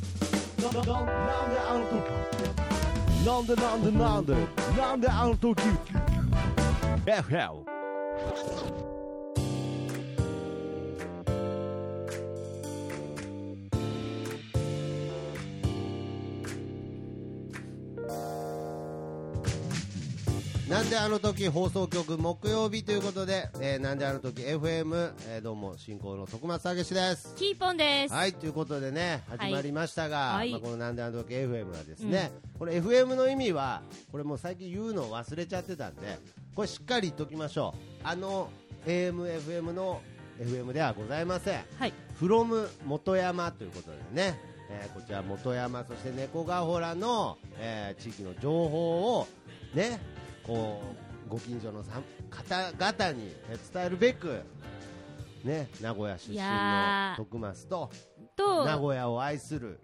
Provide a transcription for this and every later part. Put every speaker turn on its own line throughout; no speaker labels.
なななんであの時なんでなんでなんでなんであの時 FM
なんであの時放送局木曜日ということで、えーなんであの時 FM、えーどうも進行の徳松たけしです。
キーポンです。
はい、ということでね、
い
始まりましたが、
はい
まあ、このなんであの時 FM はですね、これ FM の意味は、これもう最近言うのを忘れちゃってたんで、これしっかり言っときましょう。あの、AM、FM の FM ではございません。
はい。
from 元山ということでね、えーこちら元山そして猫ヶ原の、えー地域の情報をねこうご近所のさん方々にえー伝えるべくね名古屋出身
い
の
やー
徳松と名
と、
古屋を愛する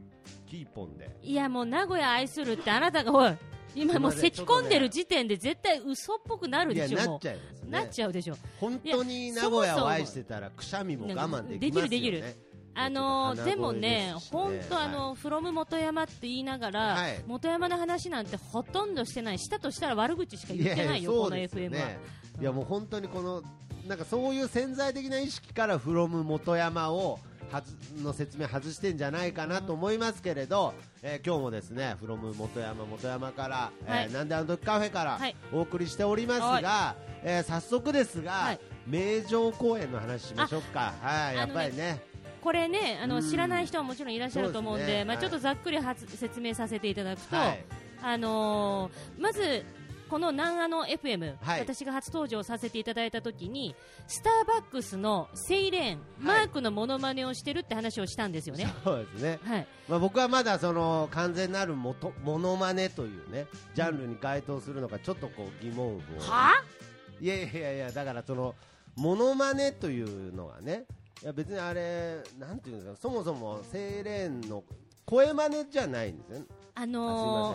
キーポンで
いやもう名古屋愛するってあなた が、おい、今もう咳込んでる時点で絶対嘘っぽくなる
いや
でしょ、
な
も
っちゃいます
う。
ね
なっちゃうでしょ。
本当に名古屋を愛してたらくしゃみも我慢できますよね
できるできるあのーでもね、本当あの、フロム元山って言いながら、
はい
元山の話なんてほとんどしてない。したとしたら悪口しか言ってないよ、
や
この
やそう
FM
ですよね
は。
いやもう本当にこのなんかそういう潜在的な意識から「from 元山を」はずの説明外してんじゃないかなと思いますけれど、えー今日もですね「from 元山元山」から、えー
はい
なんであの時カフェ」から
はい
お送りしておりますが、えー早速ですが、
はい
名城公園の話しましょうかはいや
あ
っ
のね
ぱりね
これね、あ
う
の、
ん
知らない人はもちろんいらっしゃると思うんで、
そうですね
まあ
はい
ちょっとざっくりはつ説明させていただくと、
はい
あのーまず、この南アの FM、
はい
私が初登場させていただいたときに、スターバックスのセイレーン、マークのモノマネをしてるって話をしたんですよね。
そうですね、
はい。
まあ、僕はまだその完全なるもとモノマネというねジャンルに該当するのかちょっとこう疑問符を
はい
やいやいやいやだからそのモノマネというのがねいや別にあれなんていうんですかそもそもセイレーンの声真似じゃないんですよね
あの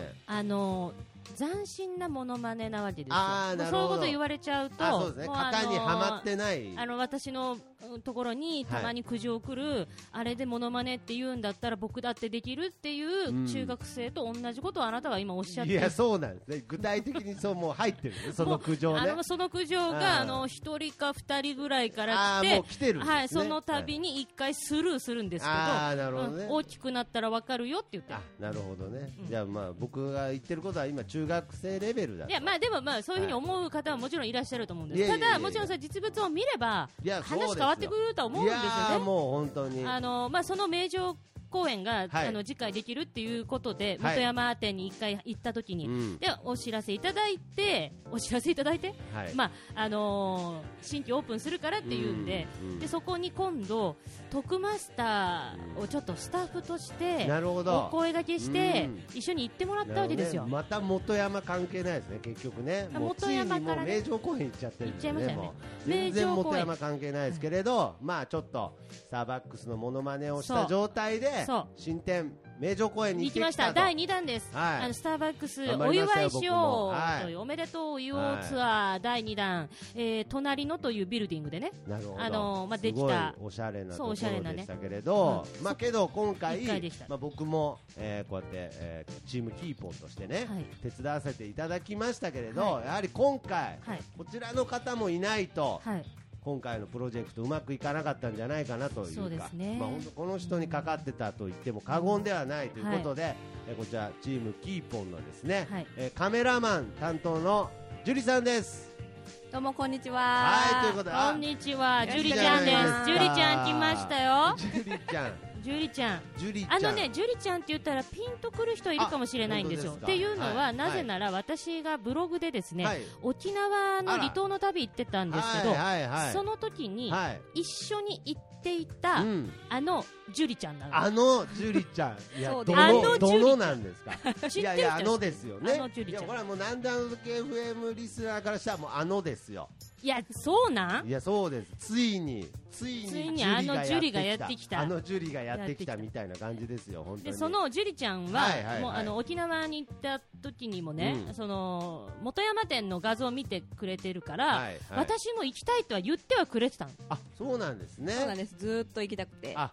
あす
ー
いま
あのー斬新なモノマネなわけですよ。
あーなるほど
もうそういうこと言われちゃうと、
あそうですね
もうあのー
型にはまってない
あの私のうんところにたまに苦情来る、あれでモノマネって言うんだったら僕だってできるっていう中学生と同じことをあなたが今おっしゃっ
い
てる
やそうなんですね具体的にそうもう入ってるねその苦情
もう
ね
あのその苦情
あー
があの一人か二人ぐらいから
あー
来
もう
て
来てるんですね
はい、その度に一回スルーするんですけど,うん、
あーなるほどね
大きくなったらわかるよって言って
あなるほどね、じゃあまあ僕が言ってることは今中学生レベルだと
いやまあでもまあそういうふうに思う方はもちろんいらっしゃると思うんです
いやいやいやいや
ただもちろんさ実物を見れば
いやそうですよ
話変わってくるとは思うんですよね
いやーもう本当に
あのまあ、その名城公演が、
はい
あの次回できるっていうことで、
はい
元山店に一回行った時に、
うん
でお知らせいただいて、お知らせいただいて、
はい
まああのー新規オープンするからっていうんで、
うんうん
でそこに今度、徳マスターをちょっとスタッフとして、
なるほど
お声がけし
う
て、
ん
一緒に行ってもらったわけですよ。
なるほどねまた元山関係ないですね、結局ね、
あ
もうつ
元
いに
山
もう
からね
名城公園行っちゃってるんです
行っちゃいました
も
よね
う全然
名城公園
元山関係ないですけれど、まあちょっとスターバックスのモノマネをした状態で
そう、
新店、名城公園に
行
行っ
き
て
ま
き
した
たと
第2弾です、
はい
あのスターバックス
頑張
お
りました
祝
よ
いし
僕
よ
もはいう
というおめでとうお湯ツアー第2弾、えー隣のというビルディングでね
なるほど
あのまあ
す
でき
ごい
た
おしゃれなと
そ
こ
う
ろ
お
で
しゃれなね
したけれど、
うん
まあけど今回
一回できた
まあ、僕も、えーこうやって、えーチームキーポンとしてね、
はい
手伝わせていただきましたけれど、
はい
やはり今回、
はい
こちらの方もいないと、
はい
今回のプロジェクトうまくいかなかったんじゃないかなというか
そうですね
まあ、本当この人にかかってたと言っても過言ではないということで、えこちらチームキーポンのですね、
はい
えカメラマン担当のジュリさんです。
どうもこんにちは。
はいということであ
こんにちは、ジュリ
い
ち
い
ゃんで
じ
す
ない。
ジュリちゃん来ましたよ。
すか。ジュリちゃん、
ジュリ
ジュリち
ちゃん。
ゃん。
あのね、ジュリちゃんって言ったらピンとくる人いるかもしれないんです
あ
よ。
本
っ
当で
て
すか
いうのは、
はい
なぜなら私がブログでですね、
はい
沖縄の離島の旅行ってたんですけど、
はいはいはい
その時に、
はい
一緒に行っていた、
うん
あのジュリちゃんなの。
あのジュリち ゃん、いや、
そう
ど
です
の、
あのジュ
ど
リ
のなんですか。
知ってる人
いやいや、あのですよね。
あのジュリちゃ
い
ん
や、これはもう、なんであの時 FM リスナーからしたら、もう、あのですよ。
いや、そうなん
いや、そうです。ついに、ついに、
ついにあのジュリがやってきた
あのジュリがやってきた
やって
み
きた
たいな感じですよ、本当
で
に。
そ、のジュリちゃんは、
はいはいはい
もうあの沖縄に行った時にもね、
うん
その元山店の画像を見てくれてるから、
はいはい
私も行きたいとは言ってはくれてたの
あ、そうなんですね。
そうなんです。ずーっと行きたくて。
あ、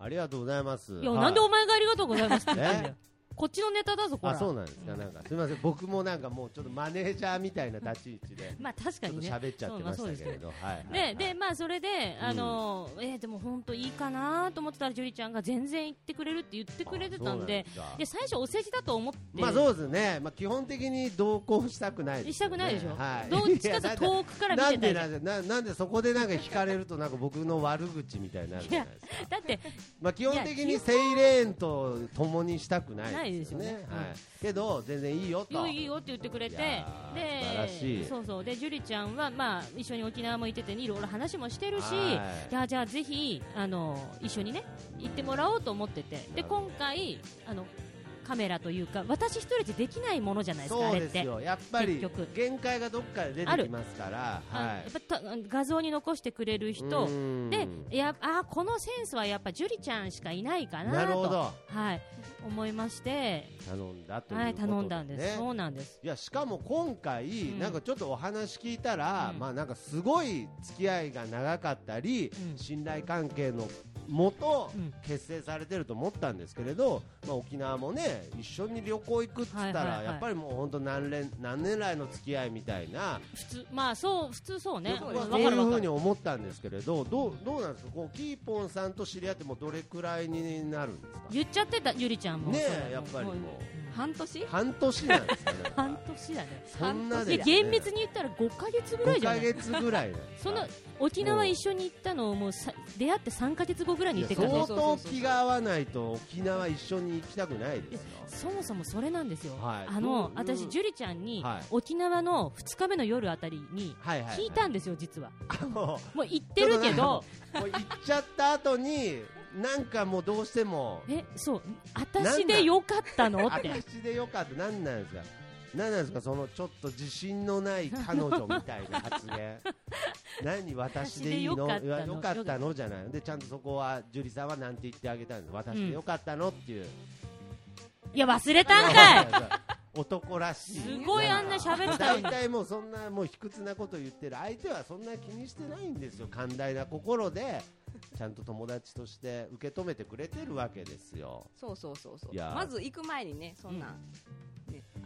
ありがとうございます。
いや、
はい
なんでお前がありがとうございますって言ってんだよ
ね
こっちのネタだぞ、これ。
あ、そうなんですか。なんかすみません。僕もなんかもうちょっとマネージャーみたいな立ち位置で
まあ、確か
ちょっと
にね。
喋っちゃってましたけれど、はいはいは
で
い。
でまあそれで、あのえーでも本当いいかなと思ってたらジュリちゃんが全然言ってくれるって言ってくれてたんで
あそうなん
いや
です
最初お世辞だと思って、
かまあそうですね。まあ基本的に同行したくないですよね。
したくないでしょ、
はい。
どっちかというと遠くから見てた
い
い
やなんでなんでななんでそこでなんか惹かれるとなんか僕の悪口みたいになるじゃないですか。
だって
まあ基本的にセイレーンと共にしたくないですよ
ない
ね
です。よね
はい。けど全然いいよ
いいよ
と。
いいよって言ってくれて
いやー素晴らしい
でそうそうでジュリちゃんは、まあ、一緒に沖縄も行ってていろいろ話もしてるし、
はい
じゃあじゃあぜひあの一緒にね行ってもらおうと思ってて
なる
で
ほど
今回あのカメラというか私一人でできないものじゃないですかあ
そう
れ
で
っ
す
て。
よ。やっぱり
結局
限界がどっかで出てきますから。
あの
は
や
い
っ。ぱた画像に残してくれる人
うん
でいやあこのセンスはやっぱジュリちゃんしかいないか
な
な
るほ
と
ど
はい思いまして
頼んだということで、ね
はい頼んだんですそうなんです
いやしかも今回、
ん
なんかちょっとお話聞いたら、
うん
まあなんかすごい付き合いが長かったり、
うん
信頼関係のもと
うん
結成されてると思ったんですけれど、まあ沖縄もね一緒に旅行行くっつったら、
はいはいはい
やっぱりもう本当何年何年来の付き合いみたいな、
普通まあそう普通そうね
僕
わ
は
か
そういう
るわ
ふ
か
うに
る
思ったんですけれどどうどうなんですかこうキーポンさんと知り合ってもうどれくらいになるんですか
言っちゃってたジュリちゃんも
ね
そうだ
えやっぱりもう
半年
半年なんですかね
半年だね
そんな
半年
で
です
ね
厳密に言ったら5ヶ月ぐらい
5
じゃな
ヶ
い
月ぐらい
その沖縄一緒に行ったのをもうさ出会って3ヶ月後ぐらいに行って
い
から
やそ
相
う
ね
当気が合わないと沖縄一緒に行きたくないですよ
そもそもそれなんですよ
はい
あの
どういう
私ジュリちゃんに
はい
沖縄の2日目の夜あたりに
はいはい、はい、
聞いたんですよ実は
も
もう行っ
う
てるけ
ちょっ
ど
となんかもうもう行っちゃった後になんかもうどうしても
えそう私でよかっ たのって
私でよかったなんなんですかなんなんですかそのちょっと自信のない彼女みたいな発 言何私でいいの
私でよかったの
いやよかったのじゃないでちゃんとそこは樹里さんはなんて言ってあげたんです私でよかったのっていう、
いや忘れたんかい
男らしい
すごいあんな喋ったの
大
に
体もうそんなもう卑屈なこと言ってる相手はそんな気にしてないんですよ寛大な心でちゃんと友達として受け止めてくれてるわけですよ
そうそうそうそう
いやー
まず行く前にねそんな
うん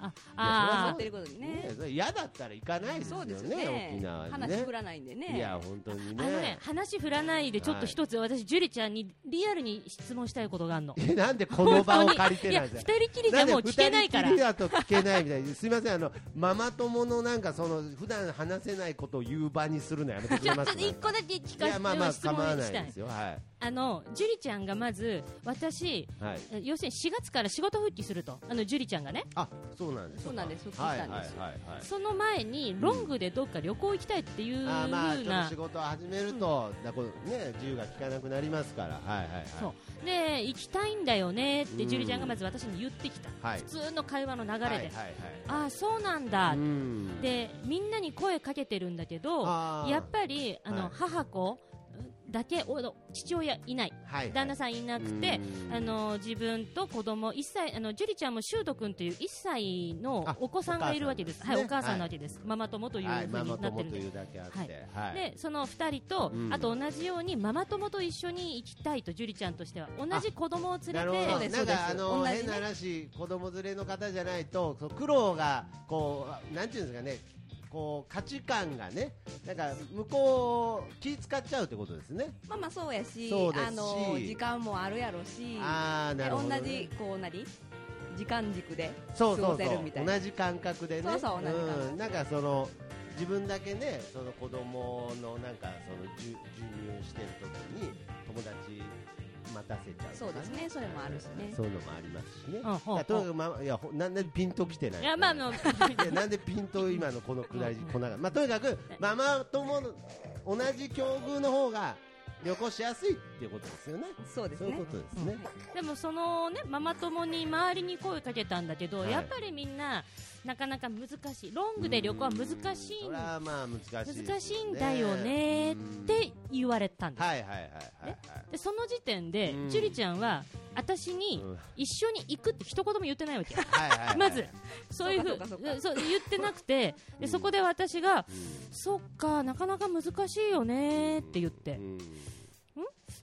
あ
決ま
あ
ってることにね
ねそれ嫌だったら行かないです
そ
よ
う
ね
ですよね
沖縄にね
話振らないんでね
いや本当に
あのね
ね
話振らないでちょっと一つ私ジュリちゃんにリアルに質問したいことがあるの
なんでこの場を借りて
い
な
や
いん
二
だよ
人きりじゃもう聞けないか
ん
ら
で二人きりだと聞けないみたいですいませんあのママ友のなんかその普段話せないことを言う場にするのやめてく
ち
れ
ょっ
ま
と
す
一個だけ聞
いやまあま
か
あ
せて質
構わ
問
な
し
い
た
で
い
すよは
あのジュリちゃんがまず私
いはい
要するに4月から仕事復帰するとあのジュリちゃんがね
あそうなんです
そうなんです復帰
は
し
いは
た
い
ん
は
ですよ
いはい
その前にロングでどっか旅行行きたいっていうふう
あーまあちょっと
な
仕事を始めると、だこうね自由が利かなくなりますからはいはいはい
そうで行きたいんだよねっ
う
て
ん
ジュリちゃんがまず私に言ってきた
はい
普通の会話の流れで、
はいはい
ああそうなんだ
はいうん
でみんなに声かけてるんだけど
あー
やっぱりあの、
はい
母子だけお父親いない
はいはい
旦那さんいなくて、
うん
あの自分と子供一歳あのジュリちゃんもシュート君という1歳の
あ
お子さんがいるわけです
お母さんですね
はいお母さんなわけです、ママ友というふ
は
う
い
に
ママ
なって
友
るん
と
で、
いうだけあって、
は
はいい
でその2人と、
うん
あと同じようにママ友と一緒に行きたいとジュリちゃんとしては同じ子供を連れて
なるほ
そ
ど
うです
なんかあ
そう
の、
です同じね
変な話子供連れの方じゃないとそう苦労がこうなんていうんですかねこう価値観がねなんか向こう気使っちゃうってことですね
まあまあそうやし
そうですし
あの時間もあるやろし
ああなるほど、ね、
同じこうなり時間軸で
そうそうそ
過ごせ
う
るみたいな
同じ感覚でね
そうそう同じ感覚
うん、なんかその自分だけねその子供のなんかその授授乳してる時に友達待たせちゃうとか
そうですねそれもあるしね
そういうのもありますしね
うんほう
いやとにかくまあいやほなんでピンとき てない
いやまああの
いやなんでピンと今のこのくだり
うん
こんなかったまあとにかくママ友の同じ境遇の方が旅行しやすいっていうことですよね
そうです
そういう
ね
ことですね、
でもそのねママ友に周りに声かけたんだけど、
はい
やっぱりみんななかなか難しいロングで旅行は難しい
うんんそれはまあ難しいですね、
難しいんだよねって言われたんです、
はいはいはいはいはい
ねでその時点で、
うん
ジュリちゃんは私に
うん
一緒に行くって一言も言ってない わけ
はいはいはい
まずそういうふ
そううかそうか
そう言ってなくて
うん
でそこで私が
う
そっかなかなか難しいよねって言って、
んうん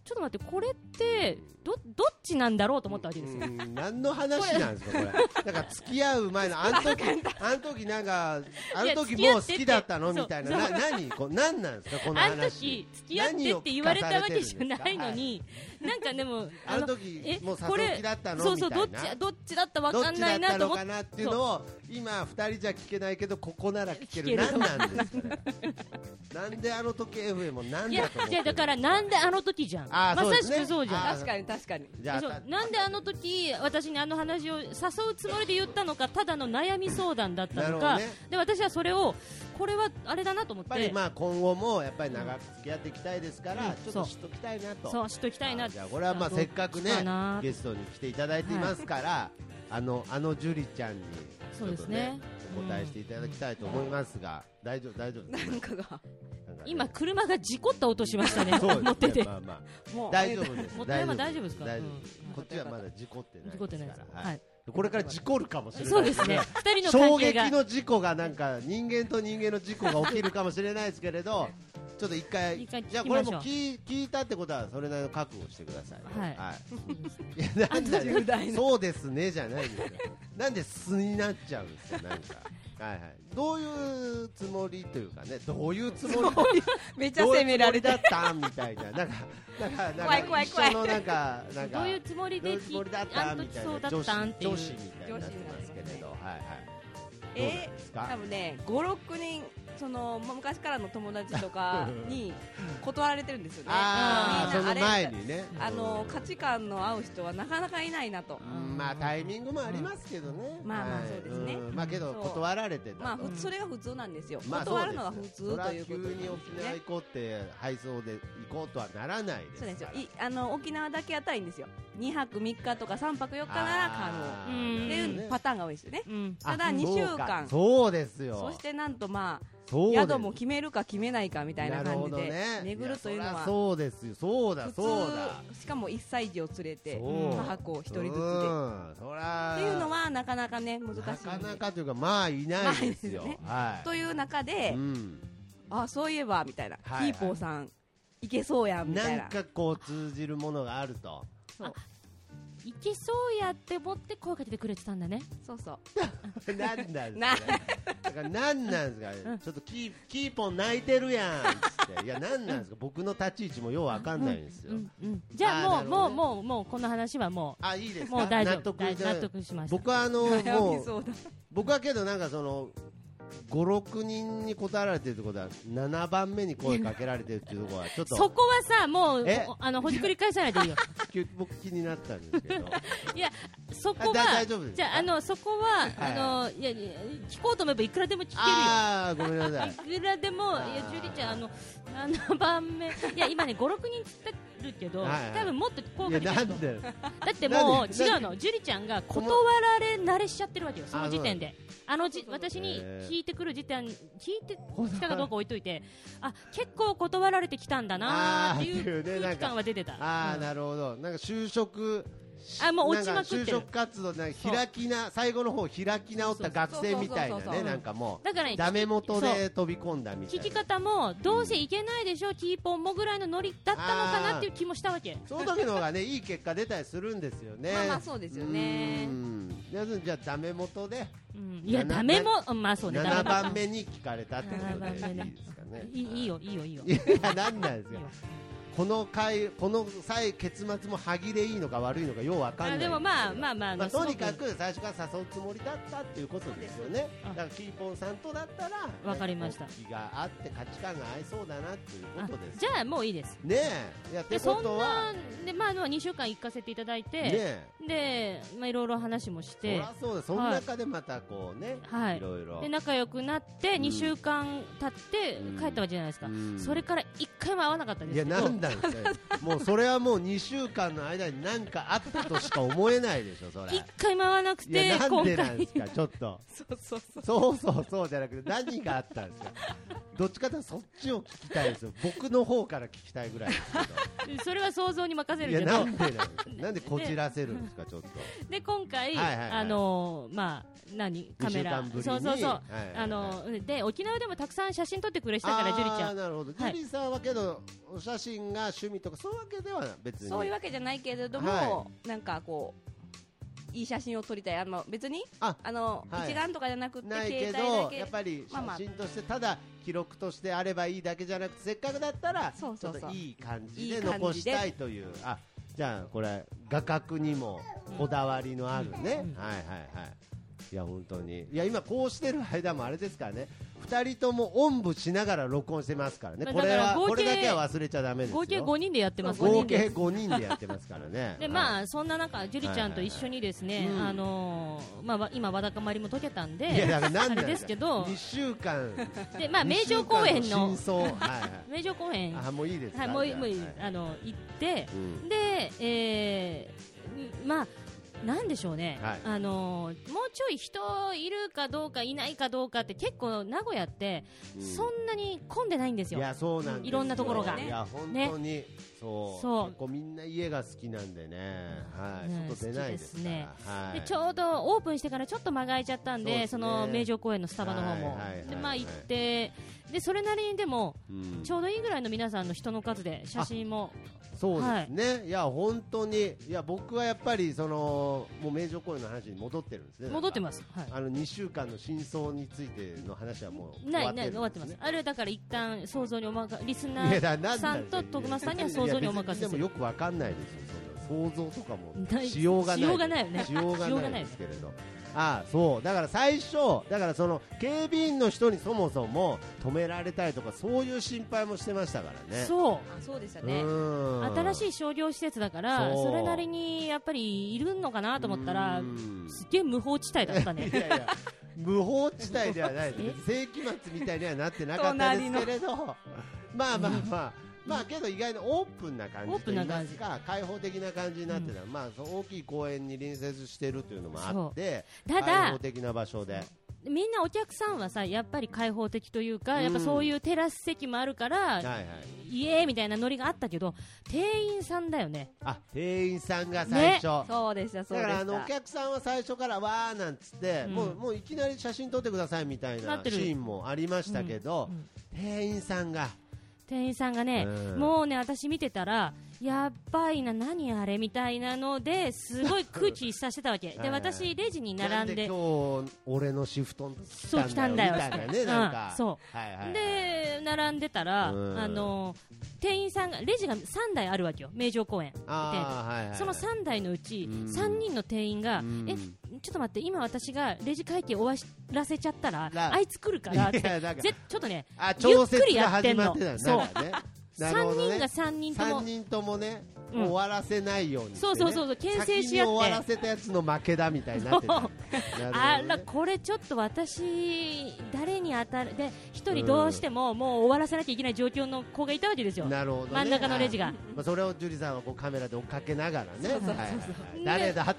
ちょっと待ってこれってどどっちなんだろうと思ったわけですよ、
うん何の話なんですか、これ。なんか付き合う前の、あの時、あの時なんか、あの時もう好きだったの
いや
み
付き合
たい
って
な、
て
な、何、こう、何なんですか、この
あの
話
時。付き合ってって言われたわけじゃないのに、 なんかでも
あの時
え、
もう
こ
誘う
れ
気だったの
そう
み
そうど
た
っ
いな
ち。どっちだったわ
どっ
かん
ち
な
だ
い
っ
な
た
と
の
思っ
かなっていうのを今二人じゃ聞けないけどここなら聞ける
聞ける
何なんですかねなんであの時 FM もなん
いや
だと思ってる
いやだからなんであの時じゃん
あー
ま
そう
さ
です
し
ね
くそうじゃん
あ
確かに確かに
じゃあ
そう
た
なんであの時私にあの話を誘うつもりで言ったのかただの悩み相談だったの
な
か、
るほどね
で私はそれをこれはあれだなと思っ
やっぱり
て
まあ今後もやっぱり長く付き合っていきたいですから、
うん
ちょっと知っときたいなと
そうしときたいな
あじゃあこれはまあ
どう
せっかくね
かな
ゲストに来ていただいていますから、あのあのジュリちゃんにちょっと
そうですね
お答えしていただきたいと思いますが、大丈夫大丈夫で
な
す
んかが
なんかね
今車が事故った音しましたね
そうですね
持ってて、
まあまあ
もう
大丈夫です
もったいない大丈夫ですか
大丈
うん
夫こっちはまだ事故ってない
事故ってない
で
ですす
から、
は
はい
い
これから事故るかもしれない
そうですね二人の
衝
関係
撃
が
の事故がなんか人間と人間の事故が起きるかもしれないですけれどちょっと一回
一回聞き
じ
ましょう
ゃあこれも聞い聞いたってことはそれなりの覚悟をしてください
はい
い、い やなんだよ
重大な
そうですねじゃないんですよなんで素になっちゃうんですよなんかはいはいどういうつもりというかねどういうつ もり
めっちゃ
どういう
責め
つも
られ
り
た
だったみたいななんかなんかなんか
怖い怖い怖い
一緒のなんかなんか
どういうつもり
どうい
で
うつもりだっ
あ
た
の
み
時
たい
そう
な
だっ
女子
たんっていう
女子みたいになってますけれどはいはいどうなん
え
です
ー
か
多分ね56人そのまあ昔からの友達と かに断られてるんですよね
ああ
み
そ
んな
の
あれ
前にね
あの
うん
価値観の合う人はなかなかいないなと
うんまあタイミングもありますけどね
まあまあ
はい
そうですね
んまあけど
そう
断られてた
まあ
と
ふそれが普通なんですよ
まあ
断るのが
そう
普
で
通
すよ
ということ
それ
なん
は急
です
に
よ
沖縄
ね
行こうって配送で行こうとはならないです
そうなんですよ
から
いあの沖縄だけやったらいいんですよ2泊3日とか3泊4日なら可
あー
う
能
ん
っていうパターンが多いですよね
うん
ただ
あ
2週
そうか
間
そうですよ
そしてなんとまあ
そうです
宿も決めるか決めないかみたいな感じ
るほど
で
ね
巡るというの
や
は
そらそうですよそうだ
普
そうだ
通しかも1歳児を連れて
そう
母子を1人ずつで
うんそら
っていうのはなかなかね難しい
なかな
ので
かというかまあいないですよ
まあいない
は
です
い
という中で
うん
あそういえばみたいな
はいはい
ヒーポーさんいけそうやんみたい
な
なん
かこう通じるものがあると
そう
いけそうやって思って声かけてくれてたんだね
そうそう
何なんですかね
な
だから何なんですかねちょっとキーキーポン泣いてるやんっつっていや何なんですか僕の立ち位置もようわかんないんですよ
うんうんじゃ
あ
あ
ーなるほ
も
ど
う
ね
もうもうもうこの話はも
あいいです
う
か
もう大丈
納
夫
得
大
いただ
納得しました
僕はあの も
悩み
う
そうだ
僕はけどなんかその56人に答えられてるってことは7番目に声かけられてるっていうところはちょっと
そこはさもう
え
あのほじくり返さない でいいよ
僕気になったんですけど
いやそこは
だ大丈夫ですか
じゃああのそこは、
はい
あのいやいや聞こうと思えばいくらでも聞けるよ
ああごめんなさい
いくらでも、いや
あー、
ジュリちゃん、あの、7番目、い や、今ね、5、6人つってるけど、
はいはい
多分もっと
い
効果
や
的だ
な
と
ん
思う。
だよ
だっても
なん
う、
で
違うの、ジュリちゃんが
この
断られ慣れしちゃってるわけよ、その時点で。あのじ、私に聞いてくる時点、聞いてきたかどうか置いといて、あ、結構断られてきたんだなー
あーっ
って
てい
いう
ねな
う
んか
空気感は出てた。
ああ
うん
なるほどなんか就職
あもう
なんか
落ちまくってる
就職活動なんか
そう
開きな最後の方開き直った学生みたいな
そうそうそうそう
ね
そう
なんかも
だから
う
ね、
ダメ元
そ
で
う
飛び込んだみたい
聞
な
き方も、どうせいけないでしょ、キーポンもぐらいのノリだったのかなっていう気もしたわけ。
その時の方がねいい結果出たりするんですよね
まあまあそうですよね
うん要するにじゃあダメ元で
うんいや、
なな
ダメも、うんまあそうね、ダメ
7
だ
番目に聞かれたってことでいい
7番目ね
ですかね
いいいいよ、いいよ、いいよ。
いやなんなんですよこの回この際結末も歯切れいいのか悪いのかようわかんない
あでもまあまあまあ
まあ、
すご
と
く
にかく最初から誘うつもりだったっていうことですよね
あ
だからキーポンさんとだったら
わかりました
なんこう気があって価値観が合いそうだなっていう
あ
ことです
じゃあもういいです
ねえいやって
で
こ
そん
とは
なでまああの2週間行かせていただいて、
ねえ
でまあいろいろ話もし
そ
て
りゃそうだその中でまたこうね、、
はいい
ろいろ
で仲良くなって
うん
2週間経って
うん
帰ったわけじゃないですか、
うん
それから1回も会わなかったん
い
です
や
け
な
ど
んだんですよもうそれはもう2週間の間に何かあったとしか思えないでしょそれ
1回も会わなく
い
て
やなん
今
でなんで
回
すかちょっと
そうそうそう
そうそうそうじゃなくて何があったんですかどっちかというとそっちを聞きたいですよ、僕の方から聞きたいぐらいです
それは想像に任せ
けど、い
る
や
け
な
ど
んでなんですかなんでこじらせるんですか、ちょっと、
で今回、
はいはいはい
あのーまあ何カメラ
二週間ぶりに
そうそうそう、
はいはいはい
あのーで沖縄でもたくさん写真撮ってくれてたからジュリちゃ
あー
ん
なるほど、
はい
ジュリさんはけど、お写真が趣味とか、そういうわけでは別に、
そういうわけじゃないけれども、
は
なんかこういい写真を撮りたいあの別に
あ
あの、
はい
一眼とかじゃなくて
ないけ
携帯だ
ど、
け
やっぱり
まあまあ
写真として、ただ記録としてあればいいだけじゃなくて、せっかくだったら、ちょ
そう
っ
そうそう
といい感じ
いい
で
感じで
残したいという、あじゃあ、これ、画角にもこだわりのあるね、はいはいはい、いや、本当に、いや、今、こうしてる間もあれですからね、2人ともおんぶしながら録音してますからね、
まあ
これ
だから
は
合計
これだけは忘れちゃだめですよ
合計5人でやってます
合計
で
5人でやってますからね。は
で
い
まあそんな中ジュリちゃんと一緒にです
はい
ね、
はいはいうん
あのーまあわ今わだかまりも解けたん
いや
で
だからなん
あれですけど
2週間、
でまあ
二
名
週間
城公園の
真相、はいはい、
名城公園
あもういいですか。
はい、もうい
じゃ
い
あ
もういい、
はい
あの行って、
うん
で、えーんまあ、なんでしょうね、
はい
あのーもうちょい人いるかどうかいないかどうかって結構、名古屋って、
うん
そんなに混んでないんですよ。
いやそうなんですよ
いろんなところが
いや本当に、そう
そう
結構みんな家が好きなんでね、はい、
ね
外出ないですから、
好きです
はい、
でちょうどオープンしてからちょっと間が空いちゃったんで
そうですね
その名城公園のスタバの
は
方も、
いはいはいはい
でまあ、行ってでそれなりにでも
うん
ちょうどいいぐらいの皆さんの人の数で写真も
そうですね、い、や本当にいや僕はやっぱりそのもう名城公園の話に戻ってるんですね。
戻って
す。
ます、はい
あの2週間の真相についての話はもう
ない、
終
な
わってるんですね
い、終わってます。あれはだから一旦想像におまか、リスナ
いやだ
ー
なんだ
さんと徳松さんには想像にお任せす
いや別にでもよ
る。
くわかんないですよそんな想像とか
な
も
い
しようがない
しようがないよね
しようが
しよ
な
うが
い
ない
ですけれどああそうだから最初だからその警備員の人にそもそも止められたりとかそういう心配もしてましたからね
そう。
あそうでしたね
新し
い
い商業施設だから
そう
それなりにやっぱりいるのかなと思ったらすっげえ無法地帯だっ たね
いやいや無法地帯ではないです世紀末みたいにはなってなかったですけれどまあまあまあまあけど意外にオープンな感じ
オー
と
プン
言い
な
ま
感
す
じ
か開放的な感じになってた、まあその大きい公園に隣接してるというのもあって
そうただ
開放的な場所で
みんなお客さんはさやっぱり開放的という
う
か
ん
やっぱそういうテラス席もあるか
はい
ら
はい
イエーイみたいなノリがあったけど店員さんだよね
あ店員さんが最初、
そうでしたそう
だ
で
から
した
あのお客さんは最初からわーなんつって、
うん
もうもういきなり写真撮ってくださいみたい
な
な
っ
シ
てる
ーンもありましたけど、
うん
店員さんが
店員さんがね
うん
もうね私見てたらやっばいな何あれみたいなのですごい空気させてた わけ
はい
で私レジに並んで
なんで今日俺のシフト
そう
来たんだよみ
来
た
たん
い
だ
なね
よ
なんか、
うんそう
はいはい
で並んでたら、
うん
あの店員さんがレジが3台あるわけよ、名城公園店
あーはいはいはい
その3台のうち
うん
3人の店員が、
うん
えちょっと待って、今私がレジ会計終わらせちゃったら、
ら
あいつ来るからっ て
いやなんか
ぜちょっとね、
あ
ゆ
調
っく
節
り
が
やって
始
んの
まってたんだ
そう
ねなる
3
ほど
人
ね
が3人と
3
も、
人ともね、
うん
終わらせないようにして、ね、
そうそうそうそう牽制し合って
先に終わらせたやつの負けだみたいになってた
そう
なるほどね
あら、これちょっと私、誰に当たる、で1人どうしてももう終わらせなきゃいけない状況の子がいたわけですよ。
なるほど、ね、
真ん中のレジが
はいまあ、それをジュリさんはこうカメラで追っかけながらねはいはいはい
ね
誰だ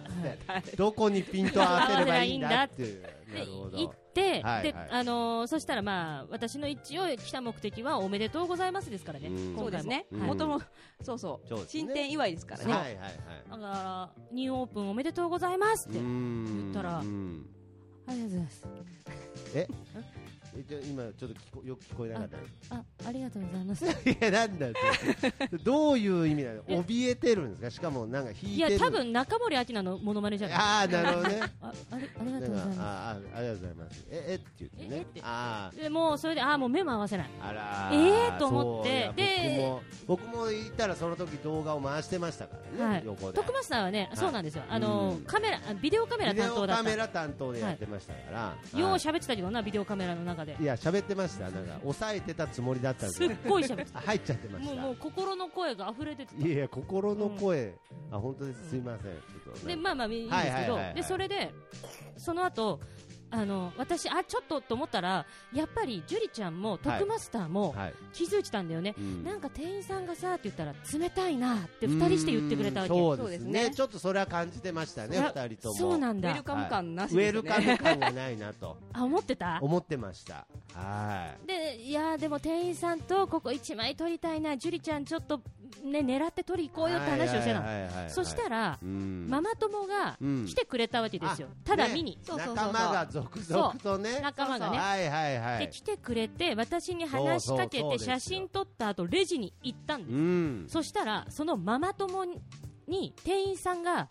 ってどこにピントを合わせればいいんだっていうな
で
るほ
行
ど
って、
はい
で
はい
あのーそしたら、まあ、私の一応来た目的はおめでとうございますですからね、
うん
今回も
そうですね、
うん
元もそうそう
そうですね
進展祝いですからね、
はいはいはい
だからニューオープンおめでとうございますって、
言
ったら
うん
ありがとうございます
えじゃあ今ちょっと聞こよく聞こえなかった
あありがとうございます
いやなんだよ どういう意味なの怯えてるんですかしかもなんか引い
い
てる
や多分中森明菜のモノマネじゃないあ
ああなるほどね
ありあり
な
が
ん
と
か
うございま
あーあーありがとうございますええって言って
ええ
ね
って
ああ
すでもうそれであーもう目も合わせない
あらー
えーと思って
そうい
で
や僕も僕も行ったらその時動画を回してましたからね、
はい
横で
徳松さんはね、
い
そうなんですよあのー
うん
カメラあビデオカメラ担当だった
ビデオカメラ担当でやってましたから、
よう
はい
喋ってたけどなビデオカメラの中で
いや喋ってましたなんか抑えてたつもりだったんです
す
け
っ
ど
ごい喋って
あ入っちゃって
た
ま
も
し
う
た
もう心の声が溢れてて
いやいや心の声、あ本当ですすいませんちょっと
でまあまあいいんですけど、
はいはいはいはい
でそれでその後あの私、あちょっとと思ったらやっぱり樹里ちゃんも徳マスターも
はい
気づいてたんだよね、
うん
なんか店員さんがさって言ったら冷たいなって二人して言ってくれたわけ
うん
そ
そう
う
で
ですす
ね
ね
ちょっとそれは感じてましたね
いや
二人とも
そうなん
ウ
だ
ェルカム感なし
ウ
で
ェ
す
ル
よ
カム
ね。
感がないなと
あ思ってた
思ってましたは
でいやーでも店員さんとここ1枚取りたいな、樹里ちゃんちょっと、ね、狙って取り
い
行こうよって話をしてたの、
の
そしたら、
マ
ママ友が来てくれたわけですよ、ただ見に、
そうそうそうそう
仲間が続々とね
仲間がね
はいはいは
で
い
来てくれて私に話しかけ
そうそうそう
て
ですよ
写真撮った後レジに行ったんです、
うん
そしたらそのママ友に店員さんが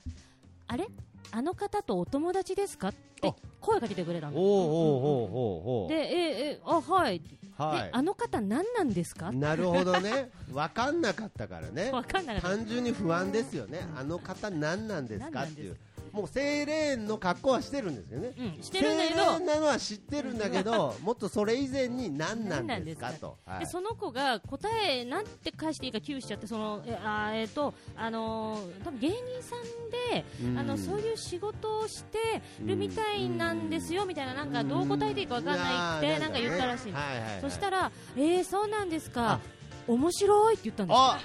あれあの方とお友達ですかって声かけてくれた
おう
の
おうおうおうおう
でええあはい、
は
であの方何なんですか
いなるほどねわかんなかったからね
分かんな かった
単純に不安ですよねあの方何なんです
何
か
な
っ
ん
て
です
い
か
うもうセイレーンの格好はしてるんですよね
うんしてるんだけど
セイレーンなのは知ってるんだけ どもっとそれ以前に何なんですか
何なんですか
とはい
でその子が答えなんて返していいか窮しちゃってそのえあーえっ、とあのー多分芸人さんで、
うん
あのそういう仕事をしてるみたいなんですよ、みたいななんかどう答えていいかわかんないって、
う
なんか言ったらしいの、
はいはいはい
そしたらえー、そうなんです
あ
か面白いって言ったんです
あ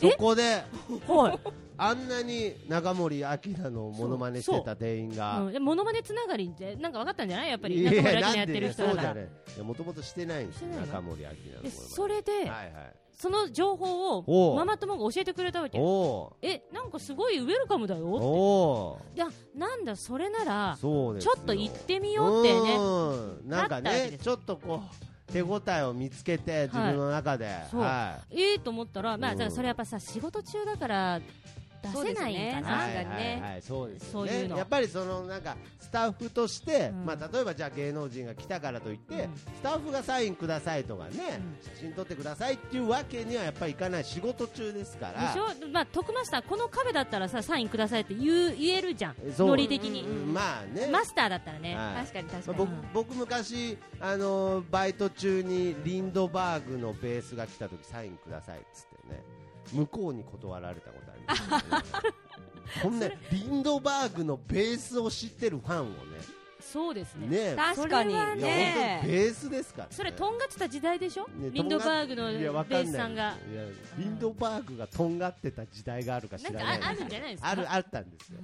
そこで
よはい、
あんなに中森明菜のモノマネしてた店員が
うん、でモノマネつながりでなんか分かったんじゃないやっぱり
い
中村
な
明
ん
菜
で
やってる人
ねそ
だ
う
か
じゃ
ら
ねいやもともとしてないんですよ
してないの
中森明菜のモノマ
で
ネ
それで、
はいはい
その情報
お
を
う
ママ友が教えてくれたわけ
おお
えなんかすごいウェルカムだ
ー
よ
おー
いやなんだそれなら
そうです
ちょ
よ
っと行ってみようってね
うんなんか
なったわけ
ね
です
ちょっとこう手応えを見つけて自分の中で
そう
は
ええと思ったら、まあ、
うん
だからそれやっぱさ仕事中だから
そう
出せ
です
ない
ね
か
い
な、
確かにね
はいはいはいそうですよ
そういう
ね
の
やっぱりそのなんかスタッフとして
うん
まあ例えばじゃあ芸能人が来たからといって
うん
スタッフがサインくださいとかね写真撮ってくださいっていうわけにはやっぱりいかない仕事中ですから
でしょ、まあ、徳マスターこのカフェだったらさサインくださいって言う言えるじゃん
そう
ノリ的に、
うんまあね、
マスターだったらね、
はい
確かに確か
まあ
に。
僕僕昔、あのーバイト中にリンドバーグのベースが来た時サインくださいっつってね向こうに断られたことありますよね こんなリンドバーグのベースを知ってるファンを
そうですね
ねね
確かに
それは
え
ね
いや本当に
ね。
ベースですから、ね、
それとんがってた時代でしょ、
ね
リンドバーグの
とんが
ベ
っいやわか
ー
な
ス
い
さんが
いやリンドバーグがとんがってた時代があるか知
なん
ら
か
ない
ああるんじゃないですか
あるあったん ですよ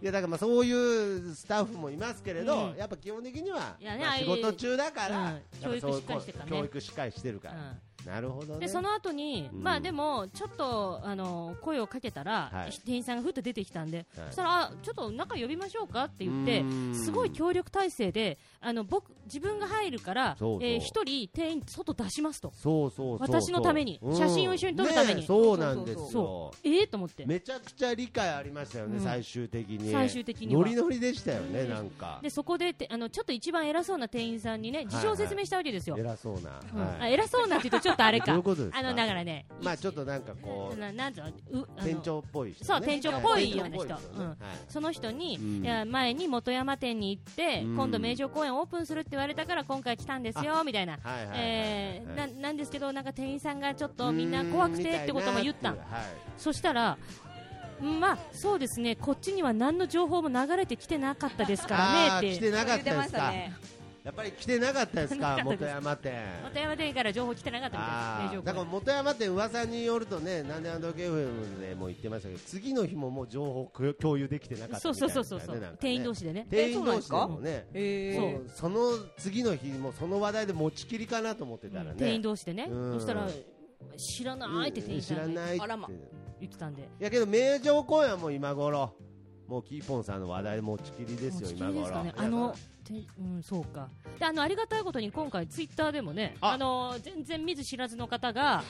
いやだからまあそういうスタッフもいますけれど、
うん
やっぱ基本的には、
いやね
まあ
ああ
仕
いう
事中だから、
うん
やっぱそういう
教育しっかりしてるからね
教育しっかりしてるから、
うん
なるほどね
でその後に、
うん
まあでもちょっとあの声をかけたら、
はい
店員さんがふっと出てきたんで、
はい
そしたらあちょっと中呼びましょうかって言って
うん
すごい協力体制であの僕自分が入るから
そうそう
えー一人店員外出しますと
そうそうそうそう
私のために写真を一緒に撮るために
ねえそうなんですよ
そうええと思って
めちゃくちゃ理解ありましたよね、
うん
最終的に
最終的には
ノリノリでしたよねなんか
でそこでてあのちょっと一番偉そうな店員さんにね事情を説明したわけですよ、
偉そうな、
うんあ
はい
偉そうなって言うとちょっとあれか
どういうことですか
あのだからね
まあちょっとなんかこう
ななんぞうあの
店長っぽい人、ね、
そう店長っぽいような人
店長っぽいですよね
うん
はい
その人に、
うん
いや前に元山店に行って、
うん
今度名城公園オープンするって言われたから今回来たんですよみたいな。
はいはいはいはい
えーななんですけどなんか店員さんがちょっとみんな怖くてってことも言った
うん
ん
みいなっていうはい
そしたらうんまあそうですねこっちには何の情報も流れてきてなかったですから
あー
ねっ
来
て
てなか
言
っ
って
たで
ますし
か、
たね。
やっぱり来てなかったですか
来てなかった
元
です
山店
元山店から情報来てなかったみ
あ
たい
ー
です名
だから
城公園
元山店噂によるとねなんであのゲームでも言ってましたけど次の日ももう情報共共有できてなかった
そう
みた
そ
いうな
そ
ん
う
ですよねな
そうそう
んかね
店員同士でね
店員同士でもね
へ
も
え。
うその次の日もその話題で持ちきりかなと思ってたらね
店員同士でね
うん
そしたら知らないって店員さん
うん知ら
が
ないって
あらま
言ってたんで
いやけど名城公園はもう今頃もうキーポンさんの話題持ちきりですよ
もう地
今
球
頃
ですかね
皆さ
あ
ん
のてうんそうかであのありがたいことに今回ツイッターでもね
あ
あの全然見ず知らずの方が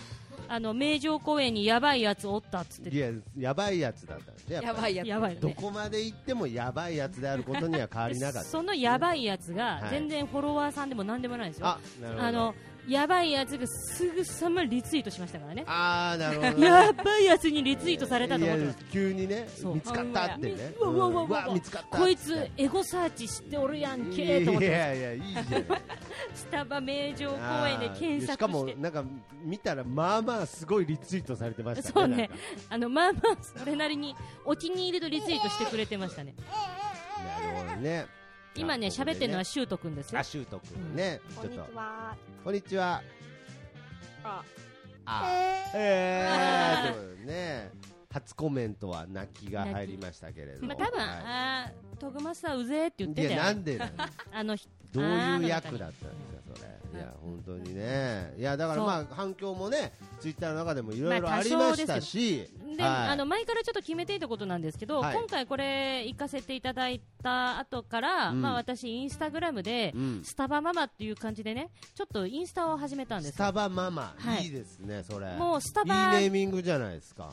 あの名城公園にやばいやつおったっつって
いややばいやつだったんでやっぱり
やばいやつ。
やばいよ
ど
ね
こまで行ってもやばいやつであることには変わりなか
で
った。
そのやばいやつ
は
が
い
全然フォロワーさんでも何でもないんですよ
あ、なるほど。
あのやばいやつがすぐさまリツイートしましたからね
あー、なるほどね。
やばいやつにリツイートされたと思っ
い
て
や
ます
急にね、
そう
見つかったってね。
うわうわうわうわ
ん見つかったっつって。
こいつエゴサーチしておるやん
い
けーと思っ
い
て
やいや、いいじゃない。
スタバ名城公園で
あー
検
しか
索し
も
て、
なんか、見たら、まあまあ、すごいリツイートされてました
そうね。あのまあまあ それなりにお気に入りとリツイートしてくれてましたね
なんかなるほどね。
今ね、喋ってるのはシュートくんですよ
あ、。シュートくんね。
こ
ちょっ
んにち
と。
は。
こんにちは。
あ
あ、
えー
えー、ということでね。初コメントは泣きが入りましたけれども。
まあ、多分、
は
あートグマスターうぜーって言
い
っ
い
てた
や、
よ
な。んでだよ
あのひ、
どういう
あー
役
な
だ
ん
ったんですか、それ。い
はい
や、本当にね。いや、だからまあ、反響もね、ツイッターの中でもいろいろ
まあ
ありましたし、
で、
はい
あの、前からちょっと決めていたことなんですけど、
はい
今回これ行かせていただいた後から、
うん
まあ私インスタグラムで、
うん
スタバママっていう感じでね、ちょっとインスタを始めたんで
ス
すよ
タバママ、、
はいい
いですね、それ。
もうスタバ
いいネーミングじゃないですか。